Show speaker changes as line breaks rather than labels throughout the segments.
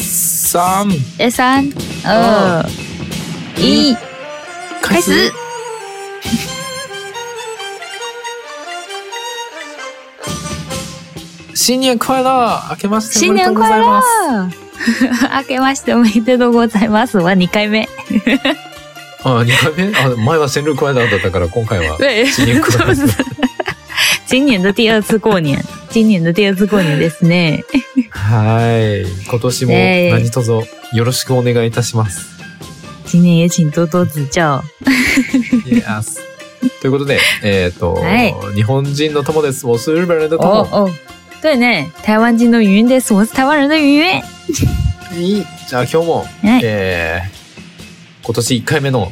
三
え、三、二、一，开始。
新年快乐！明けまして
新年快乐！明けましておめでとうございますは二回目。
あ、二回目？あ、前は生日快乐だったから今回 は
对，
新年快乐。
今年的第二次过年，今年的第二次过年ですね。
はい、今年も何卒よろしくお願いいたし ます。
今年也请多多指教。
Yes ということで、えっ、と、
はい
日本人の友です。我是日本人的
哦
友。
哦，对呢，台湾进的云云です。我是台湾人的云云。
いいじゃあ今日も、
はい
えー今年1回目の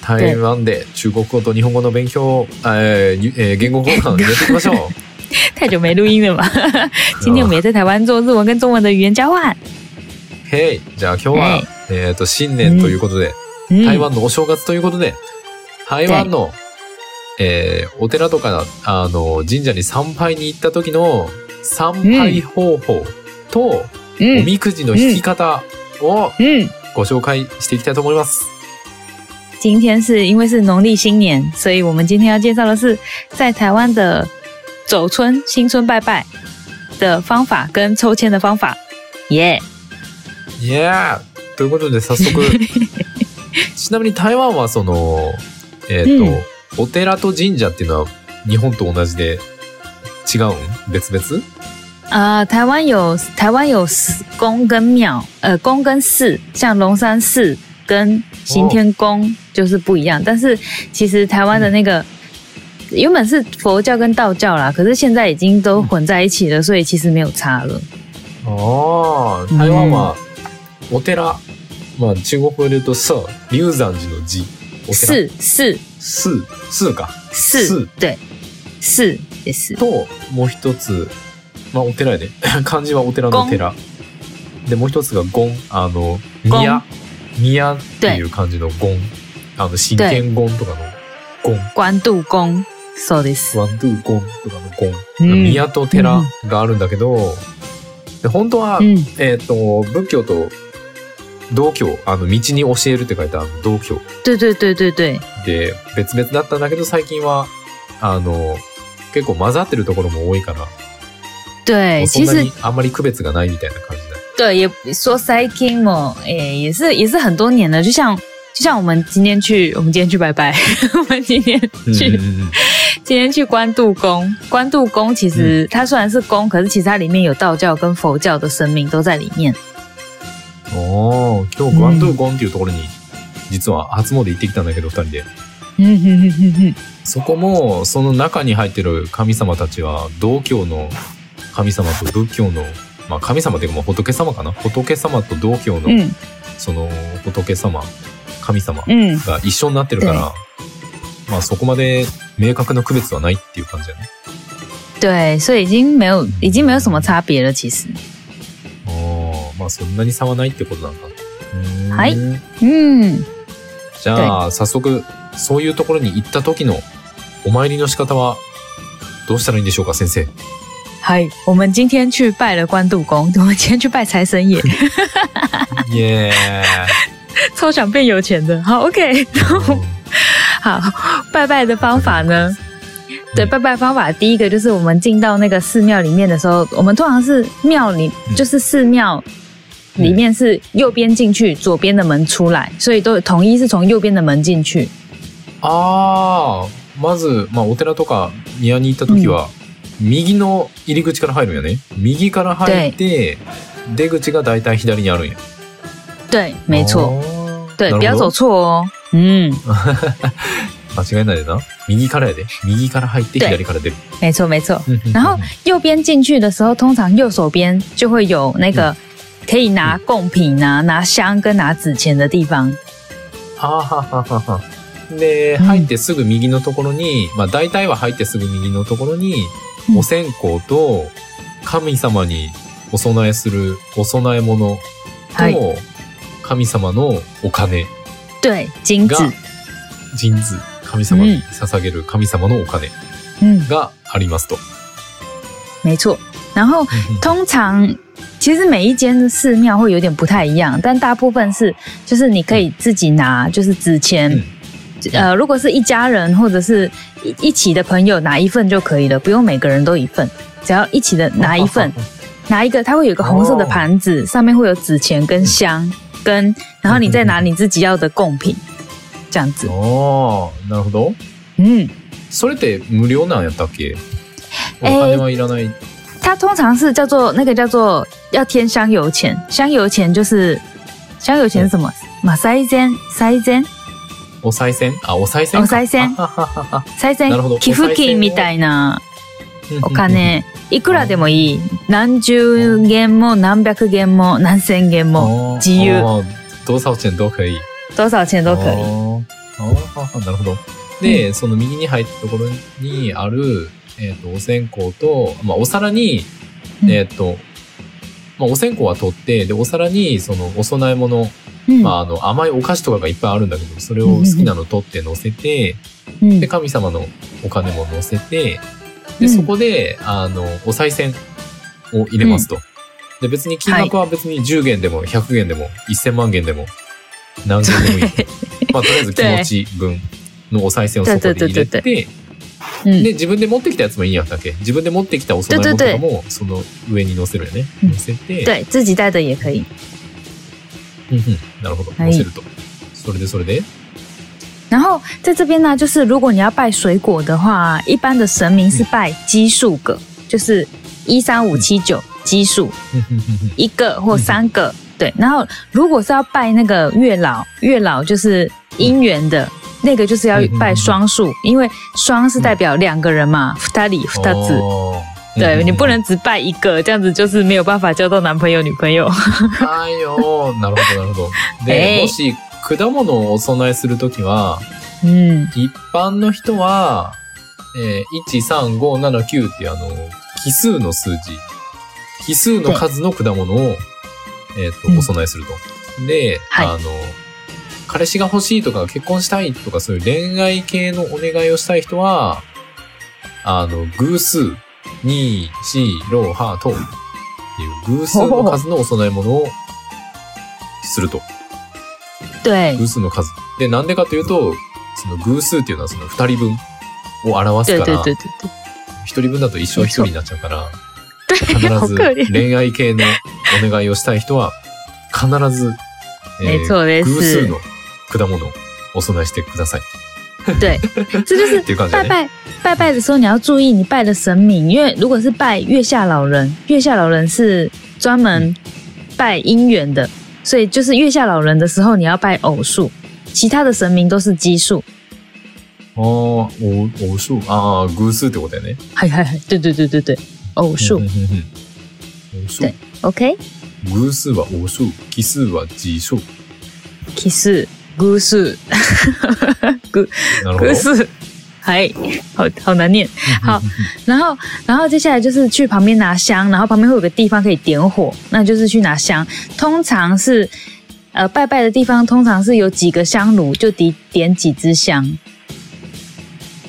台湾で中国語と日本語の勉強を、えーゆえー言語交換をやっていきましょう。
太久没录音了吧？今天我们也在台湾做日文跟中文的语言交换。
へいじゃあ今日は、
はい
えっ、と、新年ということで、
嗯
台湾のお正月ということで、台湾の、えーお寺とか、あの、神社に参拝に行った時の参拝方法と、お
嗯
みくじの引き方を
嗯，
ご紹介していきたいと思います。
今天是因为是农历新年，所以我们今天要介绍的是在台湾的走春、新春拜拜的方法跟抽签的方法。耶、
いやーということで早速ちなみに台湾はそのえっ、と、お寺と神社っていうのは日本と同じで違うん別々
呃，台湾有台湾有寺宫跟庙，呃，宫跟寺，像龙山寺跟行天宫就是不一样。但是其实台湾的那个、原本是佛教跟道教啦，可是现在已经都混在一起了，所以其实没有差了。
あー台湾はお寺、まあ中国語で言うと「社」龍山寺の寺お寺
寺寺
「す」「す」か
寺
寺，
对，寺也是
ともう一つまあお寺やで 漢字はお寺の寺でもう一つが「ゴン」あの「
ゴン
宮」「宮」っていう漢字の「ゴン」あの「真剣ゴン」とかの「ゴン」
关渡宫，so
「
this，
ワンドゥゴン」とかの「ゴン」
嗯
宮と寺があるんだけどで本当は、
嗯
えっと仏教と道教あの道に教えるって書いたあの道教
对对对对对，
で別々だったんだけど最近はあの結構混ざってるところも多いから
对，
もうそ
其
んな
实
にあんまり区別がないみたいな感じだ
对，也说 cycling 哦，诶，也是也是很多年了，就像就像我们今天去，我们今天去拜拜， 我们今天去、今天去关渡宫，关渡宫其实、它虽然是宫，可是其实它里面有道教跟佛教的神明都在里面。
おお今日グアンドゥゴンっていうところに実は初詣行ってきたんだけど2人で
嗯哼哼哼哼，
そこもその中に入ってる神様たちは道教の神様と仏教のまあ神様っていうかまあ仏様かな仏様と道教の
嗯
その仏様神様
嗯，
が一緒になってるから、まあそこまで明確な区別はないっていう感じだね。
对，所以已经没有已经没有什么差别了，其实。
あーまあそんなに差はないってことなんだ。うーん
はい嗯，
じゃあ早速そういうところに行った時のお参りの仕方はどうしたらいいんでしょうか先生。
嗨，我们今天去拜了关渡宫，我们今天去拜财神爷，
イエ
超想变有钱的。好，OK，
ーイ
好，拜拜的方法呢？对，
嗯
拜拜方法第一个就是我们进到那个寺庙里面的时候，我们通常是庙里，
嗯
就是寺庙
嗯
里面是右边进去，左边的门出来，
嗯
所以都统一是从右边的门进去。
ああまず、まあ、お寺とか宮に行った時は、右の入り口から入るんやね。右から入って出口がだいたい左にあるんや。
对，没
哦
错，
あー
对，
な
不
る
要
ほ
走
ど
错哦。嗯，
間違えないでな。右からやで。右から入って
对
左から出る。
没错没错。
うんうんうん
然后右边进去的时候，通常右手边就会有那
嗯
个可以拿贡品啊、拿香跟拿纸钱的地方。
はあはあはあはあで、
うん
入ってすぐ右のところに、まあ大体は入ってすぐ右のところに
う、ん
お線香と神様にお供えするお供え物
はい
と、神様のお金
对，金子
が。、神図、神様に捧げる神様のお金
嗯，
がありますと。
没错。然后通常其实每一间的寺庙会有点不太一样，但大部分是就是你可以自己拿，就是纸钱。
嗯
呃，如果是一家人或者是一一起的朋友，拿一份就可以了，不用每个人都一份，只要一起的拿一
哦
份，拿一个，它会有一个红色的盘子，上面会有纸钱跟香跟，然后你再拿你自己要的贡品，这样
哦
子。
ああ、なるほど。
嗯，
それって無料なんやったっけ？お
えー
金はいらない。
它通常是叫做那个叫做要添香油钱，香油钱就是香油钱是什么？马塞煎塞煎
お賽銭？あ、お賽銭か。
お賽銭
あはははは
塞煎
なるほど
寄付金みたいなお。金、いくらでもいい。何十元も何百元も何千元も
も
自由
多少钱都可以。
多少钱都可以。
哦哦哦なるほど。で、その右に入ったところにある、えっ、と、お線香と、まあ、お皿に、
うん
えっ、と、まあ、お線香は取って、で、お皿に、その、お供え物、
嗯
まあ、あの、甘いお菓子とかがいっぱいあるんだけど、それを好きなの取って乗せて、
嗯
で、神様のお金も乗せて、
う
で、
ん
そこで、あの、お賽銭を入れますと。で、別に金額は別に10元でも100元でも1000万元でも何元 でもいい。まあ、とりあえず気持ち分のお賽銭をそこで入れ
で
て、
嗯
で、自分で持ってきたやつもいいんやったっけ自分で持ってきたお供え物とかも、その上に乗せるよね。
うん
乗せて、
对自己带的也可以。
うんうんなるほど。
はい
乗せると。それでそれで
然后在这边呢，就是如果你要拜水果的话，一般的神明是拜奇数个，就是一三五七九奇数
うんうんうん
一个或三个。对，然后如果是要拜那个月老，月老就是姻缘的。那个就是要拜双数，因为双是代表两个人嘛，二里二子，
おーうんうんうん
对你不能只拜一个，这样子就是没有办法交到男朋友女朋友。
はいよー。なるほど、なるほど。で、
えい
もし、果物をお供えするときは、
嗯，
一般の人は、えー、1、3、5、7、9っていうあの、奇数の数字。奇数の数の果物を、えっ、
うん
と、お供えすると。で、
はい
あの、彼氏が欲しいとか、結婚したいとか、そういう恋愛系のお願いをしたい人は、あの、偶数、2、4、6、8、と、っていう偶数の数のお供え物をすると。
对
偶数の数。で、なんでかというと、その偶数っていうのはその二人分を表
对
すか
对对
ら、
对对
一人分だと一生一人になっちゃうから、
对对，好
必
可
ず
怜。
恋爱系のお願いをしたい人は、必ず、え
没
ー
错，没
偶数
事。
の果物をお供えしてください
对，这就是
っていう感じだ
拜
ね。
拜拜拜的时候，你要注意你拜的神明，因为如果是拜月下老人，月下老人是专门拜姻缘的，所以就是月下老人的时候，你要拜偶数，其他的神明都是奇数。
ああ、お、偶数。ああ、偶数ってことだよね。
嗨嗨嗨，对对对对对，偶数。
うんうんうんうん偶数
对。OK，
偶数は偶数。奇数は奇数。
奇数、偶数、
なるほど。
偶数，嗨，好好难念。好然后，然后接下来就是去旁边拿香，然后旁边会有个地方可以点火，那就是去拿香。通常是，呃，拜拜的地方通常是有几个香炉，就点点几支香。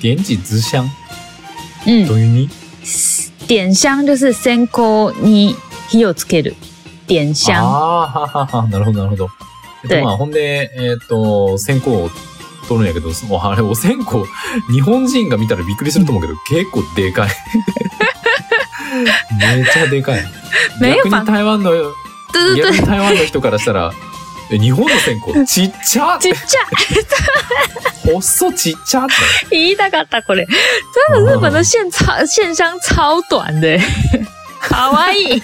電池図香。
嗯
ど，ういう意味
点香就是 senko ni hio t s k e 点香。
ああ、はははは、なるほど、なるほど。えっ
で
と、まあ、ほんで、えっと、線香を取るんやけど、そのあれ、お線香、 日本人が見たらびっくりすると思うけど、結構でかい。 めっちゃでかい。逆
ねやっ
に
ぱ
台湾の、
对对
逆
对，
に台湾の人からしたら、え日本の線香、ちっちゃ
ちっちゃ
細ちっちゃって。
い。咦，大嘎大过来，真的日本的线超线香超短 的，卡哇伊。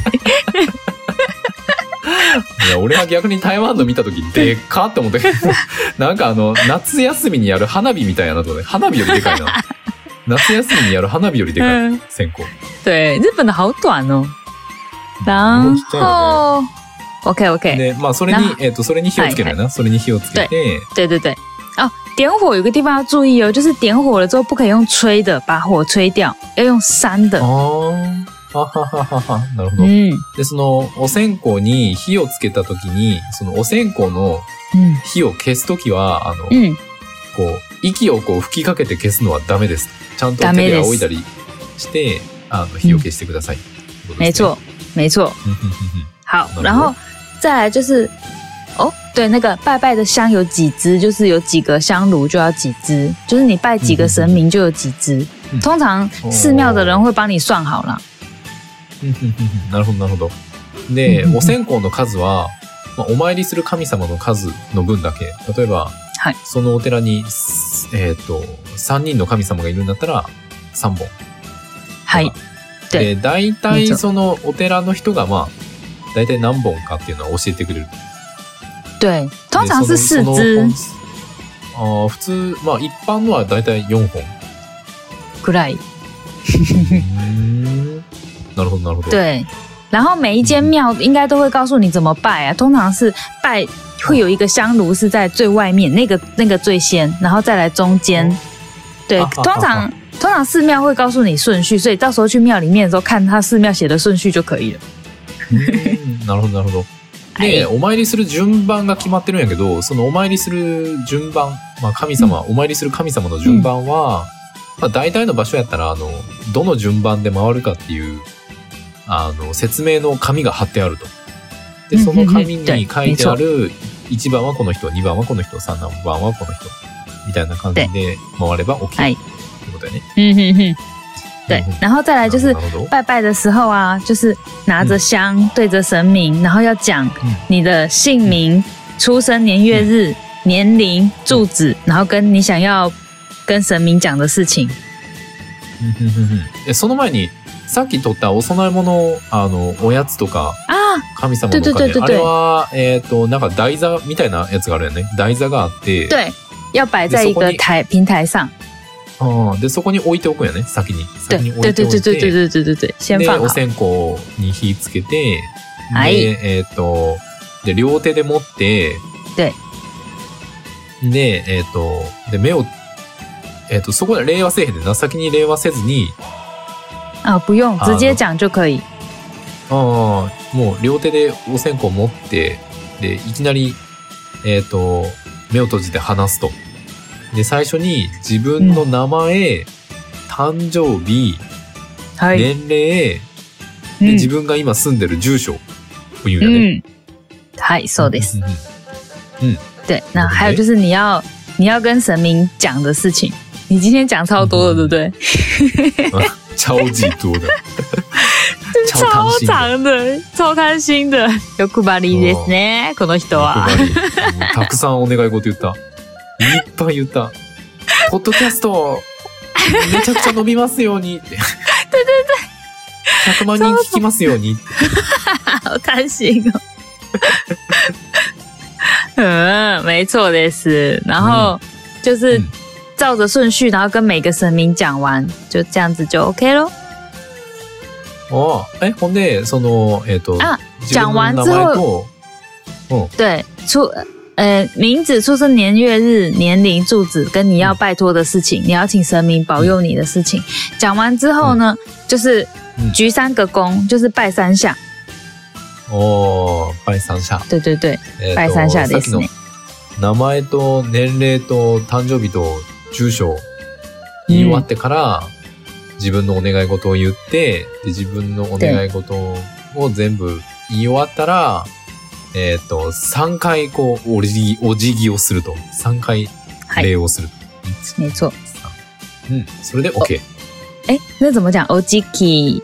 いや、俺は逆に台湾の見た時、でっかって思 ったけど、なんかあの、夏休みにやる花火みたいやなと思って、花火よりでかいな。夏休みにやる花火よりでかい。
嗯，
線香。
对，日本的好短哦。然后，OK OK。
で、まあ、それに
な、
えっ、と、それに火をつけるよな。それに火をつけて、
对对对，哦，点火有个地方要注意哦，就是点火了之后不可以用吹的，把火吹掉，要用扇的
あ。ーははははは、なるほど。
嗯
で、その、お線香に火をつけたときに、その、お線香の
嗯
火を消すときは、あの、こ
嗯，
う、息をこう吹きかけて消すのはダメです。ちゃんと
ダ
手
メ
で
です
仰いだりして、あの、火を消してください。ってこと
没
ですね。
错没错。
うんうんうんうん
好
那，
然
如
后再来就是，哦，对，那个拜拜的香有几支，就是有几个香炉就要几支，就是你拜几个神明就有几支。
嗯
通常寺庙的人会帮你算好了。
うんうんうん うんなるほどなるほど。で、
うんうんうん
お線香の数は、まあ、お参りする神様の数の分だけ例えば、
はい
そのお寺に、すえー、と3人の神様がいるんだったら3本。
はい。
で大
めっち
体
ゃ
そのお寺の人がまあ大体何本かっていうのは教えてくれる。
对，通常
です
四
その
支
その本数あー普通まあ一般のは大体4本。
ぐらい。
なるほどなるほど。
对，然后每一间庙应该都会告诉你怎么拜啊。通常是拜会有一个香炉是在最外面，那个那个最先，然后再来中间。
哦
对，
啊啊
通常、通常寺庙会告诉你顺序，所以到时候去庙里面的时候看他寺庙写的顺序就可以了。
うんなるほどなるほど。で、お参りする順番が決まってるんやけど、そのお参りする順番、まあ神様、お参りする神様の順番は、まあ大体の場所やったら、あの、どの順番で回るかっていう、あの、説明の紙が貼ってあると。で、その紙
うんうんうん
に書いてある、1番はこの人、2番はこの人、3番はこの人、みたいな感じで回れば OK
はい
ってことやね。
嗯哼哼，对
嗯哼，
然后再来就是
なるほど。
拜拜的时候啊，就是拿着香对着神明，然后要讲
嗯
你的姓名、出生年月日、年龄、住址，然后跟你想要跟神明讲的事情。
うんうんうんうんえその前に、さっき取ったお供え物、あの、おやつとか、
啊，
神様のお
对对
金
对对
あれは、えっ、と、なんか台座みたいなやつがあるよね。台座があって、
对，要摆在一
你
个
说你
台平台上。
うんで、そこに置いておくんやね、先に。
对
先に置
对
いて
对
お
对
い
对对
て、
对对对对，先
で、
放好
お。線香に火つけて、
はい
で、えっ、と、で、両手で持って、
对
で、えっ、と、で、目を、えっ、と、そこで礼はせえへんでな、先に礼はせずに、
啊，不用，
好
直接讲就可以。
ああ、もう両手でお線香持って、で、いきなり、えっ、と、目を閉じて話すと。で、最初に自分の名前、誕生日、
可以。
年齢、で
嗯
自分が今住んでる住所を言うんやね。
嗯，嗨，そうです。
うんうんうん
对，那还有就是你要你要跟神明讲的事情，你今天讲超多了，对不对？
チャオジーどうだ。 チャオタ
超
ンシンだ。
长的，超开心的。 哦よくばりですね、この人は。
欲張りもうたくさんお願い事言った。いっぱい言った。ポッドキャスト、めちゃくちゃ伸びますよう にって。100万人 聞きますようにって。
好贪心哦。嗯，没错的是，然后就是
嗯
照着顺序，然后跟每个神明讲完，就这样子就 OK 咯。
ああえ、ほんで、その、えっ、と
あ、
自分の名前と、
对，出呃名字、出生年月日、年龄、住址，跟你要拜托的事情，你要请神明保佑你的事情，讲完之后呢，就是
嗯
鞠三个躬，就是拜三下。
おー、バイ三社。
对对对，
えーと
拜三下
さ
で
っき
す
の
ね。
名前と年齢と誕生日と住所を言い終わってから、自分のお願い事を言って、で自分のお願い事を全部言い終わったら、えっ、と、3回こう、おじぎ、お辞儀をすると。3回
はい、
礼をする。
没错。
1うん。それで OK。
哎，那怎么讲？おじき、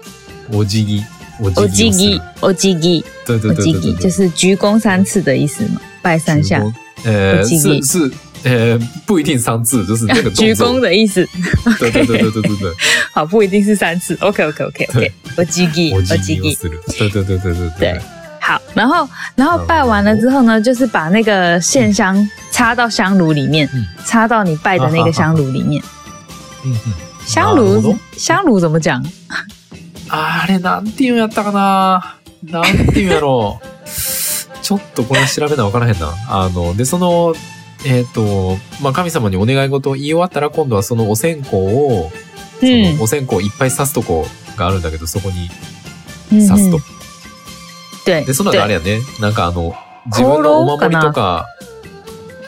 お辞儀。お
お
辞儀
じ
をする
ぎ。、おじぎ。
对对
我
对
记
对
忆
对
就
对。
是鞠躬三次的意思嘛，拜三下，
呃，
お辞
是
儀
是，呃，不一定三次，就是那个
鞠
动
躬
作。
的意思。
对对对对对对对。
好，不一定是三次。OK OK OK
对
OK，我记忆，
我
我
记
记
忆
忆。
する。对对对对对
对。好，然后然后拜完了之后呢，就是把那个线香插到香炉里面
嗯，
插到你拜的那个香炉里面。
うんうん
香
なるほ
炉
ど
香炉怎么讲？
あれ、なんていうんやったかななんていうんやろう。 ちょっとこれ調べなわからへんな。あの、で、その、えっ、と、まあ、神様にお願い事を言い終わったら、今度はそのお線香を、そ
嗯
のお線香をいっぱい刺すとこがあるんだけど、そこに
嗯
刺すと。
对
で、その後あれ
对
やね、なんかあの、自分のお守りとか、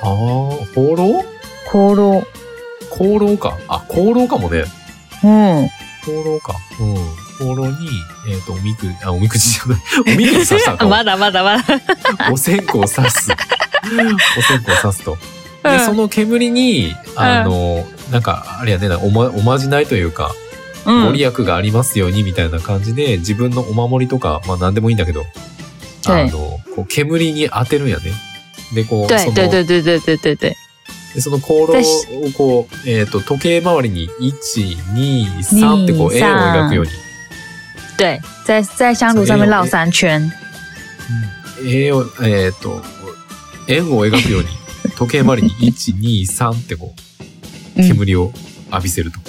ああー、放浪
火炉，
香炉か。あ、香炉かもね。
嗯，
灯籠か。うん。ころに、えっ、と、おみく、あ、おみくじじゃ ない、おみくじ刺した
あ
と。
まだまだまだ。
お線香を刺 す。お線香を刺すと。
う
で、
ん
その煙に、あの、なんか、あれやね、おま、おまじないというか、
うん
ご利益がありますようにみたいな感じで、自分のお守りとか、まあ何でもいいんだけど、
は
あ
い
の、こう煙に当てるんやね。で、こう、
对
その
对对对对对对对，
でその香炉をこう、えっ、と、時計回りに、1、2、3ってこう、
2 3
円を描くように。
对，在在香炉上面绕三圈，
円を、えっ、と、円を描く ように、時計回りに、1、2、3ってこう、
嗯，
煙を浴びせると。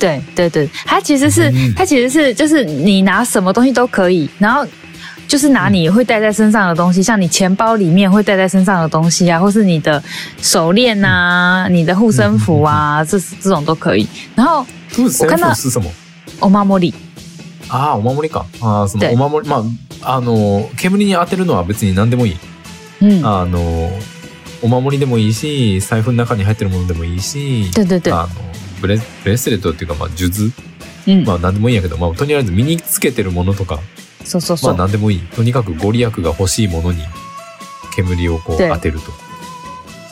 对对对，它其实是
嗯
它其实是就是你拿什么东西都可以，然后就是拿你会带在身上的东西，像你钱包里面会带在身上的东西啊，或是你的手链啊、你的护身符啊，这这种都可以。然后
ふう、セ
他
ン
那
フすすも。
お守り，
ああ、お守りか。ああ、その、
で
お守り、まあ、あの、煙に当てるのは別に何でもいい。
嗯，
あの、お守りでもいいし、財布の中に入ってるものでもいいし、
对对对，
あの、ブレブレスレットっていうか、まあ、数珠。
嗯，
まあ何でもいいんやけど、まあとりあえず身につけてるものとか、
そうそう
ま
そ
あ
う，
何でもいい。とにかくご利益が欲しいものに煙をこう
对
当てると。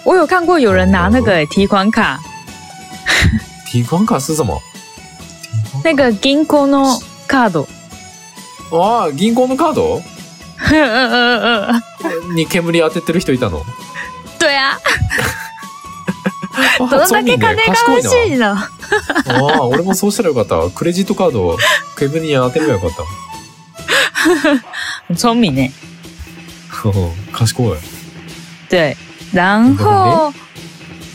我有看过有人拿那个诶提款卡，
ティーカンカーすざま。
那个銀行のカード，
ああ、銀行のカード
嗯嗯嗯嗯嗯，
に煙当ててる人いたの。
对
あ
啊。どんだけ金が欲
そう
し
ね賢
いの
いな。ああ、俺もそうしたらよかった。クレジットカードを煙に当てればよかった。
很聪明欸呢。
賢い。
对，然后欸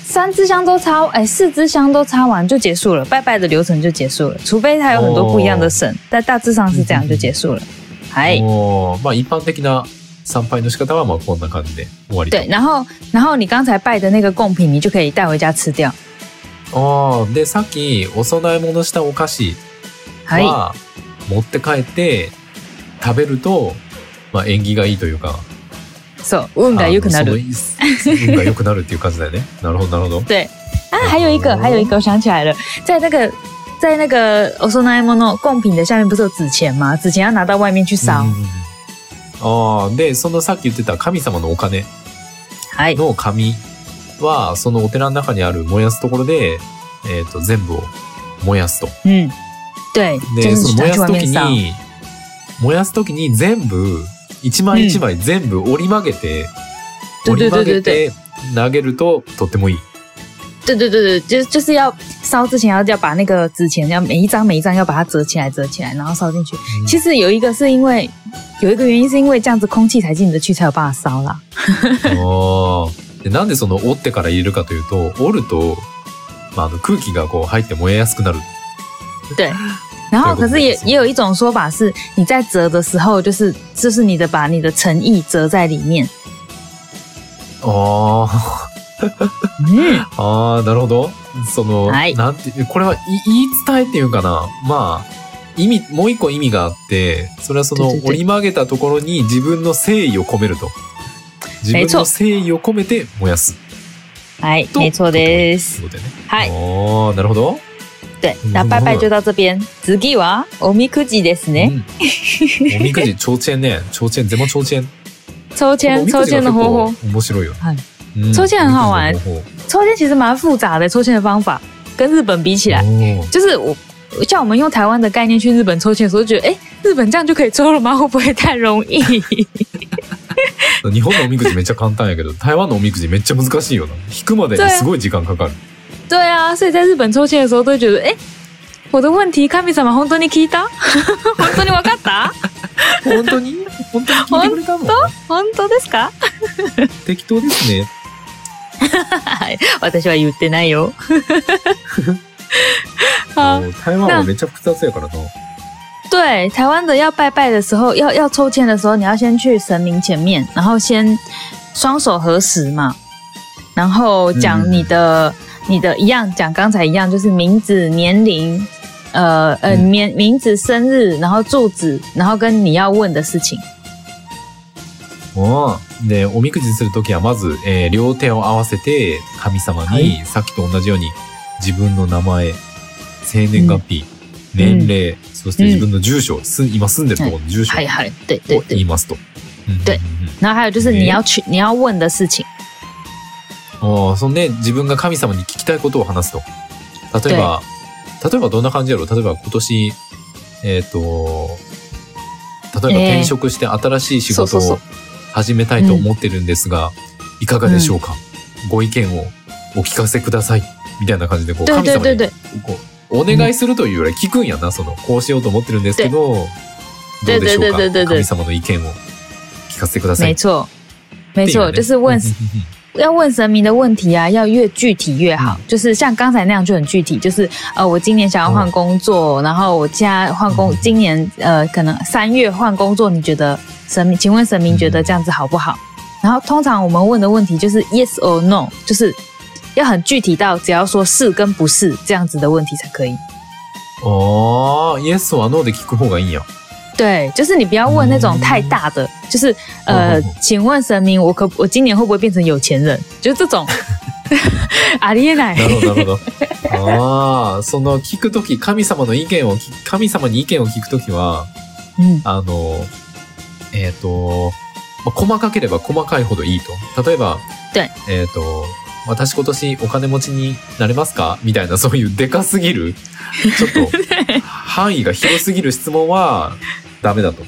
三支香都插，哎，四支香都插完就结束了，拜拜的流程就结束了。除非它有很多不一样的神，但大致上是这样就结束了。哎，
もうまあ一般的な参拝の仕方はまあこんな感じで終わりと。
对，然后然后你刚才拜的那个贡品，你就可以带回家吃掉。
ああ、で、さっきお供え物したお菓子。
哎，
は持って帰って食べると、まあ、縁起がいいというか
そう、運が良くな
あの
る。
その 運が良くなるっていう感じだよねなるほどなるほど
对啊，还有一个，
哦
还有一个，我想起来了，在那个在那个 o s o n a i m o n 贡品的下面不是有纸钱吗？纸钱要拿到外面去烧
うん。うんうんあーでそのさっき言ってた神様のお金
哎，
の紙はそのお寺の中にある燃やすところで、えー、と全部を燃やすと
嗯，对，就
でそ
是
の燃や
拿去
す
外面
時
烧。
に燃やす時に全部一枚一枚全部折り曲げて、
うん
折り曲げ
で
て投げるととってもいい
对对对对，就是就是要烧之前要要把那个纸钱要每一张每一张要把它折起来折起来，然后烧进
嗯
去。其实有一个是因为有一个原因是因为这样子空气才进得去才有办法烧啦。
あーでなんでその折ってから入れるかというと折ると、まあ、あの空気がこう入って燃えやすくなる
然后可是也
对对对
也有一种说法是你在折的时候就是就是你的把你的诚意折在里面。
あ
嗯，
ー あーなるほどその、
はい
なんてこれはい言い伝えっていうかなまあ意味もう一個意味があってそれはその
对对对
折り曲げたところに自分の誠意を込めると自分
没
の
错
誠意を込めて燃やす
哎，
と
没错
とてもいい
で
と
す
いう。ことでね
嗨，
ああなるほど、
对
嗯，
那拜拜就到这边。次はおみくじです
う
ね。
ん、おみく じ提灯ね提灯全部提灯
抽签抽签的方法。
面白いよ。
はい
うん
抽签很好玩
おみくじの方法
抽签其实蛮复杂的，抽签的方法跟日本比起来，
哦
就是我像我们用台湾的概念去日本抽签的时候，就觉得哎、诶日本这样就可以抽了吗？会不会太容 易？
日本のおみくじめっちゃ簡単やけど、台湾のおみくじめっちゃ難しいよな。引くまでにすごい時間かかる。
对啊，所以在日本抽签的时候都会觉得哎、诶我的问题神様本当に聞い た？本当にわか った？
本当に本当に聞いてくれたの
本当ですか？
適当ですね。
はい私は言ってないよ。 好，
もう台湾はめっちゃ複雑やからな。
对，台湾的要拜拜的时候，要要抽签的时候，你要先去神明前面，然后先双手合十嘛，然后讲
嗯
你的、你的一样，讲刚才一样，就是名字、年龄，呃呃，
嗯
年名字、生日，然后住址，然后跟你要问的事情。
うんで、おみくじするときはまず、えー両手を合わせて神様に、
は
さっきと同じように自分の名前、生年月日、年齢、そして自分の住所、住今住んでるところの住所
嗨嗨，对对
を言
对。
いますと。うん
对然后还有就是你要去你要问的事情，
うんうんあーそんで自分が神様に聞きたいことを話すと。例えば、例えばどんな感じやろう例えば今年、えっ、と、例えば
えー
転職して新しい仕
そ
事
うそうそ
を
う
始めたいと思ってるんですが、いかがでしょうか、ご意見をお聞かせください。みたいな感じでこう
对
神
对
様
对
に
对
こうお願いするというより聞くんやな、そのこうしようと思ってるんですけどどう
で
でしょうか
ででででで
神様の意見を聞かせてくださいっ
没
て
错，没
いう
错，
ね
就是问、
うんうんうん
要问神明的问题啊，要越具体越
嗯
好。就是像刚才那样就很具体，就是呃，我今年想要换工作，然后我家换工，
嗯
今年呃可能三月换工作，你觉得神明？请问神明觉得这样子好不好？
嗯
然后通常我们问的问题就是 yes or no，就是要很具体到只要说是跟不是这样子的问题才可以。
ああ、イエスはノーで聞く方がいいんや。
对，就是你不要问那种太大的，就是呃，
嗯
请问神明，我可我今年会不会变成有钱人？就是 这种，阿里耶奶
な。るほど、なるほど。ああ、その聞くとき、神様の意見を聞、神様に意見を聞くときは、
嗯，
あの、えっ、と、まあ、細かければ細かいほどいいと。例えば、
对
えっ、と、私今年お金持ちになれますかみたいな、そういうでかすぎる、ちょっと、範囲が広すぎる質問は、ダメだと。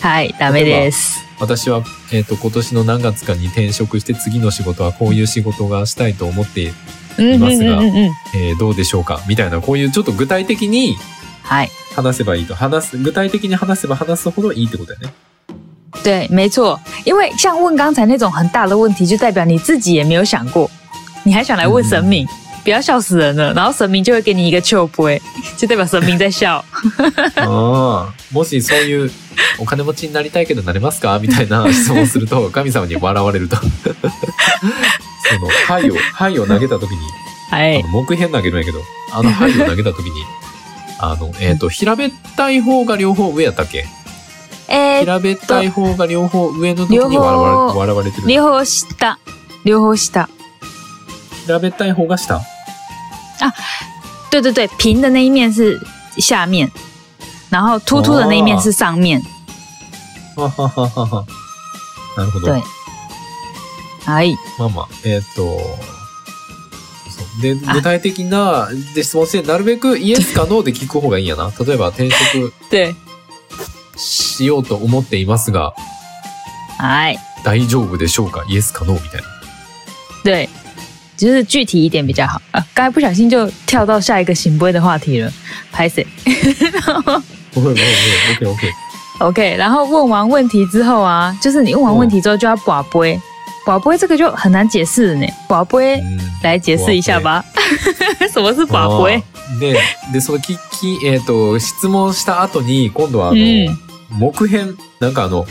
嗨，ダメです。
私は、えっ、と、今年の何月かに転職して、次の仕事はこういう仕事がしたいと思って
嗯
いますが
嗯，
えーどうでしょうかみたいな、こういうちょっと具体的に
嗨，
話せばいいと。話す、具体的に話せば話すほどいいってことだよ ね。
对，没错。因为像问刚才那种很大的问题，就代表你自己也没有想过，你还想来问神明，不要笑死人了。然后神明就会给你一个糗不会，就代表神明在笑。
ああ。もしそういう、お金持ちになりたいけどなれますかみたいな 質問すると、神様に笑われると。そ の、はいを、はいを投げた時に、あ
哎
の、木片投げるんやけど、あの、はいを投げた時に、 あの、えっ、と、平べったい方が両方上やったっけ
哎，
平べったい方が両方上の時に笑
両
われ
方
笑われてる。
両方下，両方下。
平べったい方が下
对对对，平的那一面是下面，然后突突的那一面是上面。
ははははは。なるほど。
对，哎，
まあまあ、えーっと、そうで、具体的なで質問して、なるべくイエスかノーで聞く方がいいんやな。 例えば転職
对，
しようと思っていますが、
哎，
大丈夫でしょうかイエスかノーみたいな。
对，就是具体一点比较好。啊，刚才不小心就跳到下一个醒杯的话题了，拍谁
ごめんごめんごめん OK OK。
？OK，然后问完问题之后啊，就是你问完问题之后就要把杯，把杯这个就很难解释呢。把杯
うん
来解释一下吧， 什么是把杯？
あーで、で、その聞き、えーっと、質問した後に、今度はあの、
嗯，
木片、なんかあの、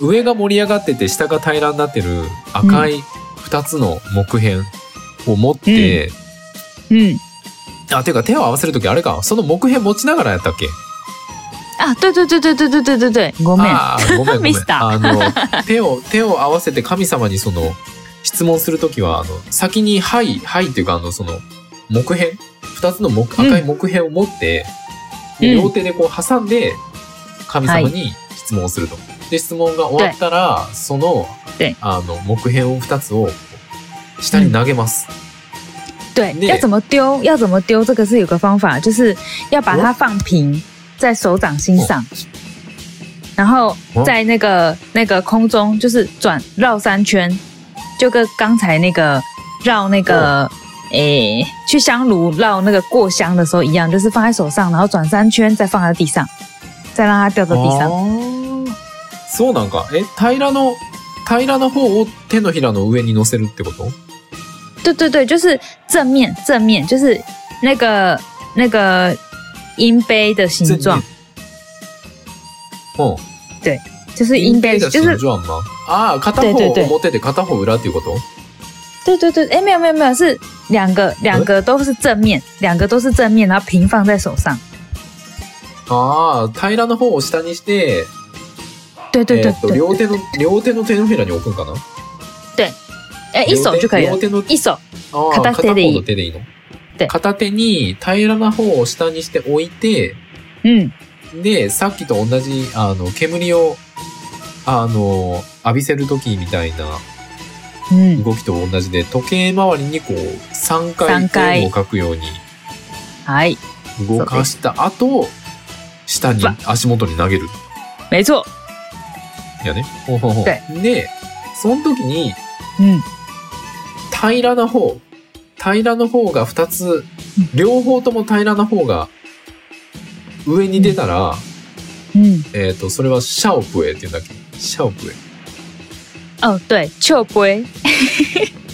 上が盛り上がってて下が平らになってる赤い二つの木片を持って、
嗯，
あ、ていうか手を合わせるときあれか、その木片持ちながらやったっけ
啊，对对对对对对对对对，我们
あーごめんごめ
ミ
ん
ス。ター
あの、手を、手を合わせて神様にその、質問するときは、あの、先に、はい、はいっていうか、あの、その、木片二つの木、
うん
赤い木片を持って、で
うん
両手でこう挟んで、神様に質問をすると。で、質問が終わったら、その
对、
あの、木片を二つを、下に投げます。
对，
那
要怎么丢？要怎么丢？这个是有个方法，就是要把
哦
它放平在手掌心上，然后
哦
在那个那个空中就是转绕三圈，就跟刚才那个绕那
哦
个诶、去香炉绕那个过香的时候一样，就是放在手上，然后转三圈，再放在地上，再让它掉到地
あ
上。
ーそうなんか。え、平らの、平らの方を手のひらの上に乗せるってこと
对对对，就是正面正面，就是那个那个音杯的形状，
うん。
就是音杯，
が
就
形
是
状な。ああ、片
对
方
对对
表で片方裏っていうこと
对对对，哎，没有没有没有，是两个两个都是正面，两个都是正面，然后平放在手上。
ああ、平らの方を下にして、
对对
えー
对
っと、
对
両手の、両手の手のひらに置くんかな
对，哎，一手就可以了
両，手の、
一手。
あー
片
片
手でいい
方の手でいいの
对
片手に平らな方を下にして置いて、
嗯
で、さっきと同じ、あの、煙を、あの、浴びせる時みたいな
嗯，
動きと同じで、時計回りにこう、3
三
回
回
円を描くように
哎，
動かした後、下に
わ
足元に投げる。
没错，
やね。ほうほうほう
で
で、その時に、
嗯
平らな方平らの方が2つ両方とも平らな方が上に出たら、
嗯，
えっ、とそれはシャオプエって言うんだっけシャオプエ
哦对，秋龟，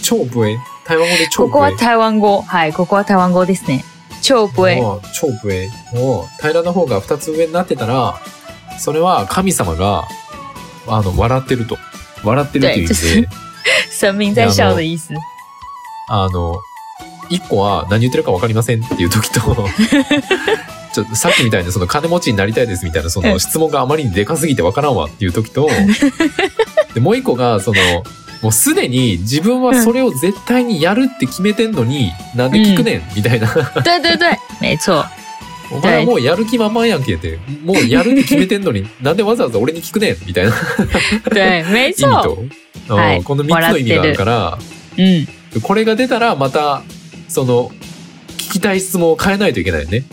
チョウプエ台湾語でチョ
こ
ウ
こは
プエ
台湾語，はい、ここは台湾語ですね。秋龟，
おーチョウプエおー平らの方が2つ上になってたらそれは神様があの笑ってると笑ってるっていう意味
对
で
神明在笑的意思。
あの1個は何言ってるか分かりませんっていう時 とちょっとさっきみたいなその金持ちになりたいですみたいなそ
え
の
え
質問があまりにでかすぎて分からんわっていう時 とでもう1個がそのもうすでに自分はそれを絶対にやるって決めてんのに、なんで聞くねんみたいな
对对对，没错，
お前はもうやる気満々やんけってもうやるって決めてんの になんでわざわざ俺に聞くねんみたいな
对，没
意味
错，
と、うん
はい
この3つの意味があるから
嗯，
これが出たらまたその聞きたい質問を変えないといけないよね。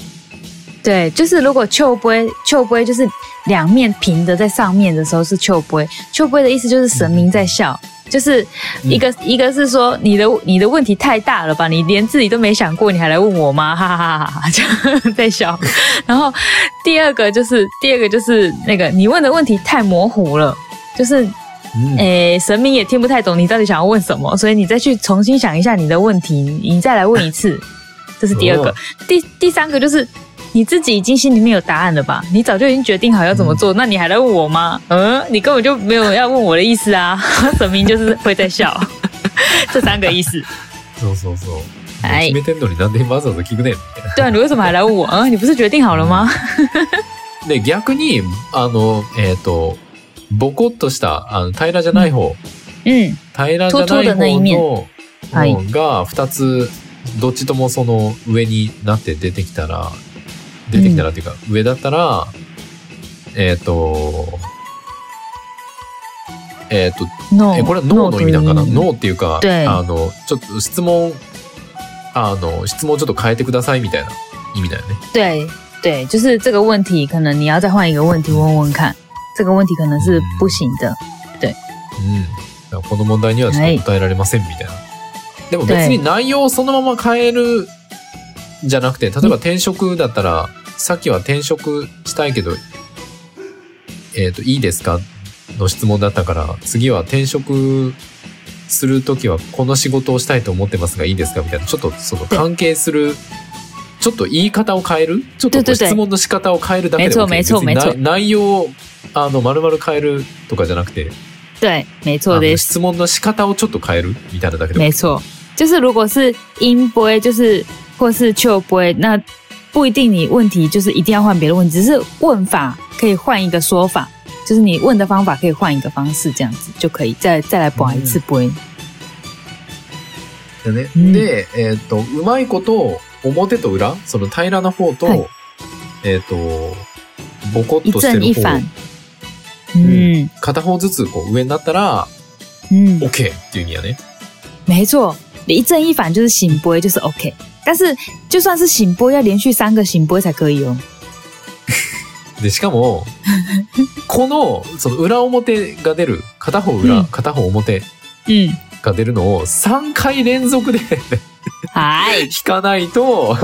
对，就是如果秋龟，秋龟就是两面平的在上面的时候是秋龟，秋龟的意思就是神明在笑，就是一个、一个是说你的你的问题太大了吧，你连自己都没想过，你还来问我吗？哈哈哈哈哈，这样在笑。然后第二个就是第二个就是那个你问的问题太模糊了，就是
うん
诶、神明也听不太懂你到底想要问什么，所以你再去重新想一下你的问题，你再来问一次，这是第二个。
哦
第第三个就是你自己已经心里面有答案了吧？你早就已经决定好要怎么做，那你还来问我吗？嗯，你根本就没有要问我的意思啊！ 神明就是会在笑，这三个意思。
そうそうそう。もう
はい
決めてんのになんでわざわざ聞くねんみたい
对啊，你为什么还来问我？嗯，你不是决定好了吗？
な。で、逆に、あの、えっ、と、ボコッとした、あの平らじゃない方、
嗯，
平らじゃ
ト
な
トロ
い
の
方
意味
の、
はい
うんが2つ、どっちともその上になって出てきたら、出てきたらっていうか、上だったら、えっ、と、えっ、と、
no，
えこれは脳の意味なのかな
という意味
脳っていうか、
对
あの、ちょっと質問、あの、質問をちょっと変えてくださいみたいな意味だよね。
对对，就是这个问题，可能你要再换一个问题问问看，这个问题可能是不行的。
うん、だからこの問題にはちょっと答えられませんみたいな。でも別に内容をそのまま変えるじゃなくて、例えば転職だったら、さっきは転職したいけど、えっ、と、いいですかの質問だったから、次は転職するときはこの仕事をしたいと思ってますがいいですかみたいな、ちょっとその関係する、ちょっと言い方を変えるちょっとこう
对对对
質問の仕方を変えるだけで OK
没错没
別
错
に内内容を、あの、丸々変えるとかじゃなくて、
对，啊没
あ
错
の
的。
質問の仕方をちょっと変えるみたいなだけでも
没错，就是如果是音波，就是或是秋波，那不一定你问题就是一定要换别的问题，只是问法可以换一个说法，就是你问的方法可以换一个方式，这样子就可以再再来补一次波。
でね、
うん
で、えーっと、うまいこと、表と裏、その平らな方と、
はい
えーっと、ボコッ
一
として
正一
る方
反、。嗯
片方ずつこう上になったら、
嗯
OK っていう意味やね。
没错，一正一反就是醒波，就是 OK。但是就算是醒波，要连续三个醒波才可以哦。
で、しか も、この、その裏表が出る、片方裏、
うん
片方表
嗯，
が出るのを3回連続で
嗨，
引かないと、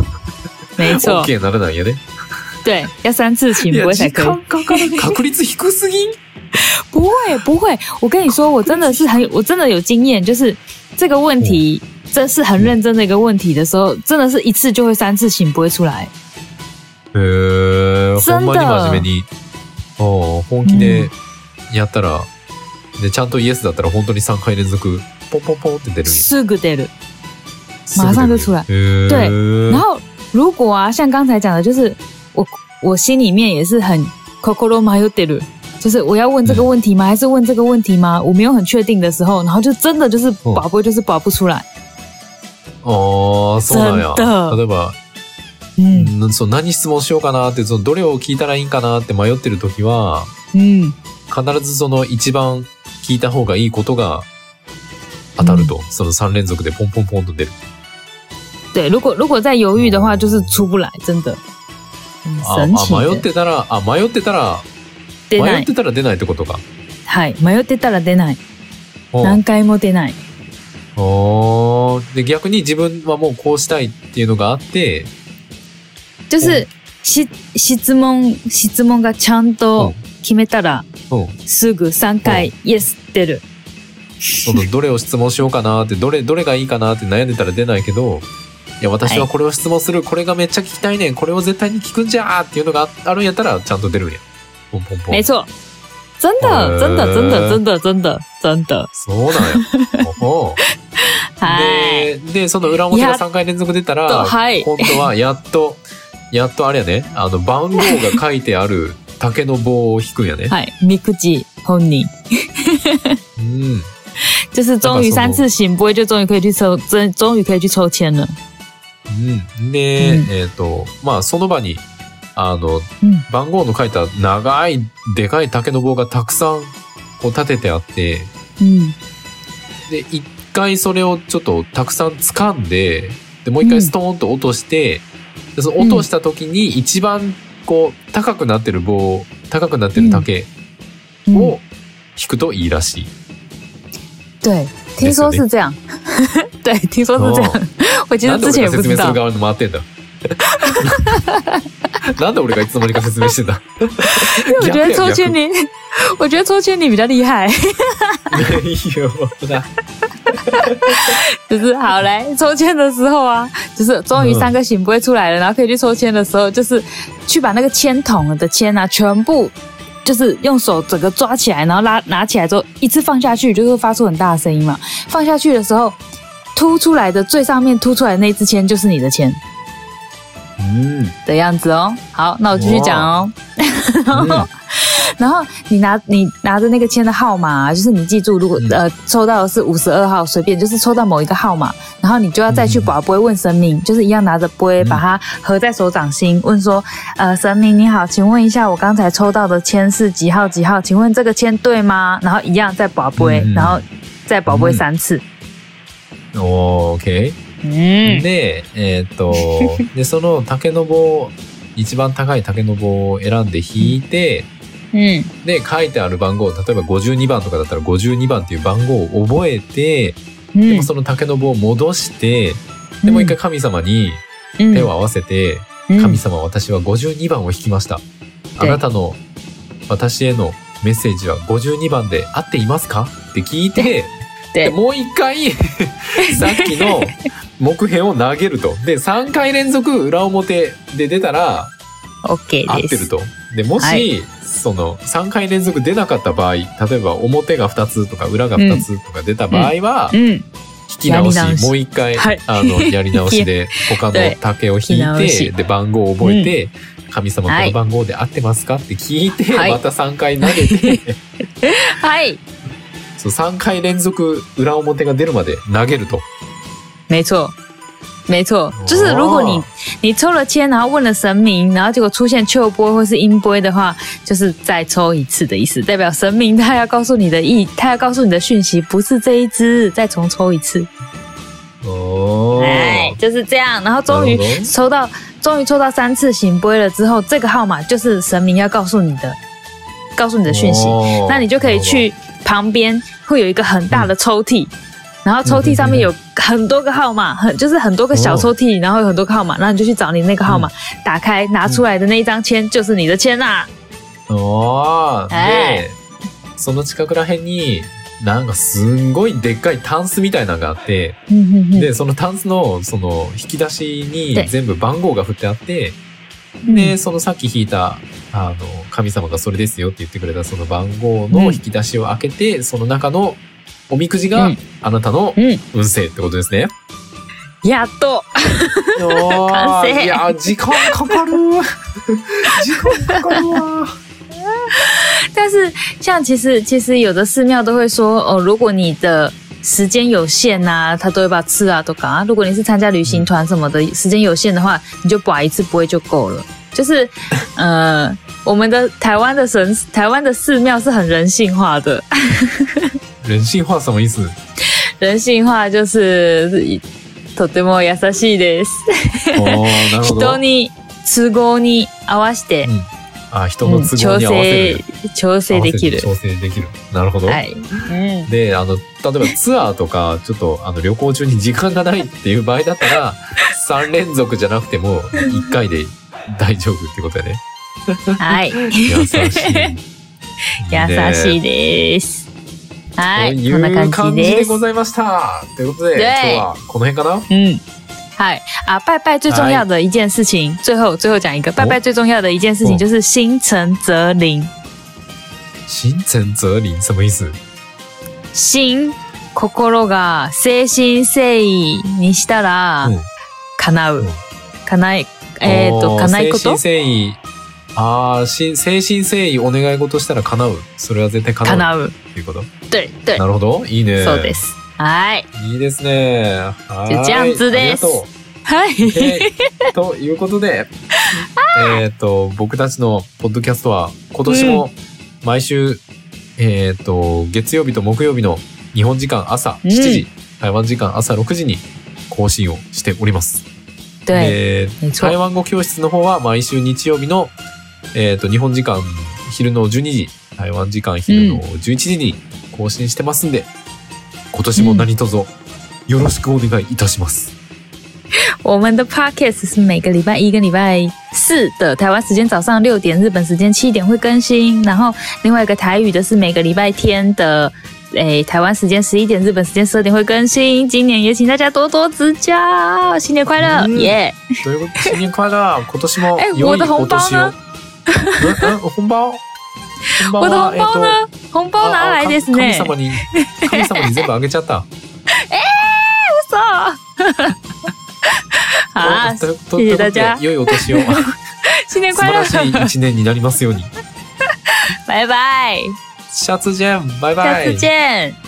哎没错，
OK にならないよね。
对，要三次醒
いや、
波才
時
可以。
間かかる。確率低すぎん
不会不会，我跟你说，我真的是很有，我真的有经验，就是这个问题，这是很认真的一个问题的时候，真的是一次就会三次醒不会出来。
へーほんまに真面目に。おう本気でやったら、で、ちゃんとイエスだったら本当に3回連続、ポンポンポンって出るんや。
四个 d a y 马上就出来
すぐ出るんや。へー
然后如果啊，像刚才讲的，就是我我心里面也是很 kokoro m a y o d 就是我要问这个问题吗？还是问这个问题吗？我没有很确定的时候，然后就真的就是
嗯
保不就是保不出来。
ああ、そうなんや。
真的
例えば、
うん
うんそう何質問しようかなって、そのどれを聞いたらいいんかなって迷ってる時は、
うん。
必ずその一番聞いた方がいいことが当たると、その3連続でポンポンポンと出る。
对，如果如果再犹豫的话，就是出不来，真的，嗯
ああ
神奇
迷っ
的。
てたら、あ、迷ってたら、
出な
迷っ
い
て。たら出ないってことか。
はい、迷ってたら出ない。
うん
何回も出ない。
おーで逆に自分はもうこうしたいっていうのがあって、
就是し質問質問がちゃんと決めたら
うん、
すぐ三回 yes 出る。
そのどれを質問しようかなってどれどれがいいかなって悩んでたら出ないけどいや私はこれを質問する、これがめっちゃ聞きたいねんこれを絶対に聞くんじゃーっていうのがああるんやったらちゃんと出るんやポンポンポ
没
ン
错，真的
へー
真的真的真的真的真的，
そうなん やおほ
はい。
ででその裏表
や
が
っと
3回連続出たら
はい
今度はやっとやっとあれやねあの番号が書いてある竹の棒を引くんやね、
はい、みくじ本人
うん
就是终于三次行，不会就终于可以去抽，真终于可以去抽签了。
うん、で、
うん
えっ、とまあその場にあの、
うん
番号の書いた長いでかい竹の棒がたくさんこう立ててあって
嗯
で一回それをちょっとたくさん掴んででもう一
う
回
ん
ストーンと落として、でその落とした時に一番こう高くなってる棒高くなってる竹
嗯，
を引くといいらしい。
对，听说是这样， 对，听说是这样。 我其
な
实
んで
之
俺
前也
が説
不知
明す
道
る。側に回 ってんだなんで俺がいつの間にか説明してんだ
因为我觉得抽签你，我觉得抽签你比较厉害。
没有啦。
就是好来抽签的时候啊，就是终于三个醒不会出来了，然后可以去抽签的时候，就是去把那个签筒的签啊，全部就是用手整个抓起来，然后拉拿起来之后，一次放下去，就是会发出很大的声音嘛。放下去的时候，凸出来的最上面凸出来的那一支签就是你的签
嗯，
的样子哦。好，那我继续讲哦。
嗯
然后你拿你拿着那个签的号码啊、就是你记住，如果、
嗯
呃抽到的是五十二号，随便就是抽到某一个号码，然后你就要再去把杯问神明，就是一样拿着杯
嗯
把它合在手掌心，问说，呃神明你好，请问一下我刚才抽到的签是几号几号？请问这个签对吗？然后一样再把杯，
嗯
然后再把
嗯
杯三次。
オーケ
嗯
ー。で、えーっと、で、その竹の棒、一番高い竹の棒を選んで引いて、
嗯
で、書いてある番号、例えば52番とかだったら52番っていう番号を覚えて、で
嗯
もその竹の棒を戻して、で、もう一回神様に
嗯
手を合わせて、神様私は52番を引きました。あなたの私へのメッセージは52番で合っていますかって聞いて、で
对
もう一回さっきの木片を投げると。で、3回連続裏表で出たら
OK
合って
で
る
す。
と。で、もし、
はい
その3回連続出なかった場合、例えば表が2つとか裏が2つとか出た場合は、
嗯，
引き直し、
やり直し
もう一回、
はい
あの、やり直し で、他の竹を引
引き直
いて、
し
で、番号を覚えて、神様こ
は
の
い
番号で合ってますかって聞いて、
はい
また3回投げて、
嗨，
そう3回連続裏表が出るまで投げると。
没错，没错，就是如果你
哦
你抽了签，然后问了神明，然后结果出现秋波或是阴波的话，就是再抽一次的意思，代表神明他要告诉你的意， 他要告诉你的讯息不是这一支，再重抽一次，
お
哎，就是这样。然后终于
なるほど
抽到，终于抽到三次醒波了之后，这个号码就是神明要告诉你的，告诉你的讯息。
おー
那你就可以去旁边会有一个很大的抽屉，然后抽屉上面有很多个号码，很就是很多个小抽屉，然后有很多个号码，然后你就去找你那个号码，打开拿出来的那一张签就是你的签啦。
おー
はい
で、その近くらへんに、なんかすんごいでっかいタンスみたいなのがあって、
嗯嗯
で、そのタンスの、その、引き出しに
で
全部番号が振ってあって、
嗯
で、そのさっき引いた、あの、神様がそれですよって言ってくれたその番号の引き出しを開けて、その中のおみくじが
うん
あなたの
嗯，
運勢ってことですね。
やっと。
おー
完成
いや、時間かかる。 時間かかるわ。
但是像其实其实有的寺庙都会说哦，如果你的时间有限呐、他都会把次啊都搞啊。如果你是参加旅行团什么的，时间有限的话，你就把一次不会就够了。就是，呃，我们的台湾的神，台湾的寺庙是很人性化的，
人性化什么意思？
人性化就是とても優しいです。
哦，なるほ
人
ど。
に都合に合わせて、
あ、人の都合
調
に合わせ
整
る。
調整できる。
合わせて調整できる。なるほど。
はい。 うん。
で、あの、例えばツアーとか、ちょっと、あの、旅行中に時間がないっていう場合だった ら、3連続じゃなくても、1回で大丈夫ってこと やね。
はい。
優しい。ね
優しいです。は
と
い。こん
い
な
う
感
感
じ
じ
で。
ですございました。ということで、
对
今日はこの辺かな
嗯，嗨啊！拜拜最重要的一件事情，最后最后讲一个，拜拜最重要的一件事情
哦
就是心诚则灵，
新陳泽林、什么意思
心心が誠心誠意にしたら
うん
叶う
うん、
叶いえっと
おー
叶いこ
誠心
と
誠意。ああ、し誠心誠意お願い事したら叶う。それは絶対叶う。
叶う，
っていうこと。
对对
な，るほど。いいね。
そうです。はい
いいですね。は
じゃあ
い。
ジャンプです
ありがとう
は
イ
い。
ェイということで、えっと、僕たちのポッドキャストは今年も毎週、えっと、月曜日と木曜日の日本時間朝7時、
うん
台湾時間朝6時に更新をしております。
对，
で
没错
台。湾語教室の方は毎週日曜日の、えっと、日本時間昼の12時、台湾時間昼の11時に更新してますんで、今年も何卒よろしくお願いいたします。
我们的 podcast 是每个礼拜一跟礼拜四的台湾时间早上六点，日本时间七点会更新。然后另外一个台语的是每个礼拜天的，诶、台湾时间十一点，日本时间十二点会更新。今年也请大家多多指教，新年快乐，
嗯
耶、
ということで、新年快乐！今年も
え
良いお
我
年
的红包
を
呢。
ええ本包？本包啊哎
我的
は
红包呢？
えっ
红
と
包拿来です
ああ
ね。
神神様に神様に全部あげちゃ った。
嘘啊
お！というと
谢谢
ということ
大家
で良いお年を。
新年
素晴
快乐
ら，しい一年になりますように。
拜拜，
シャツジェン、バイ
下
バイ。
次见。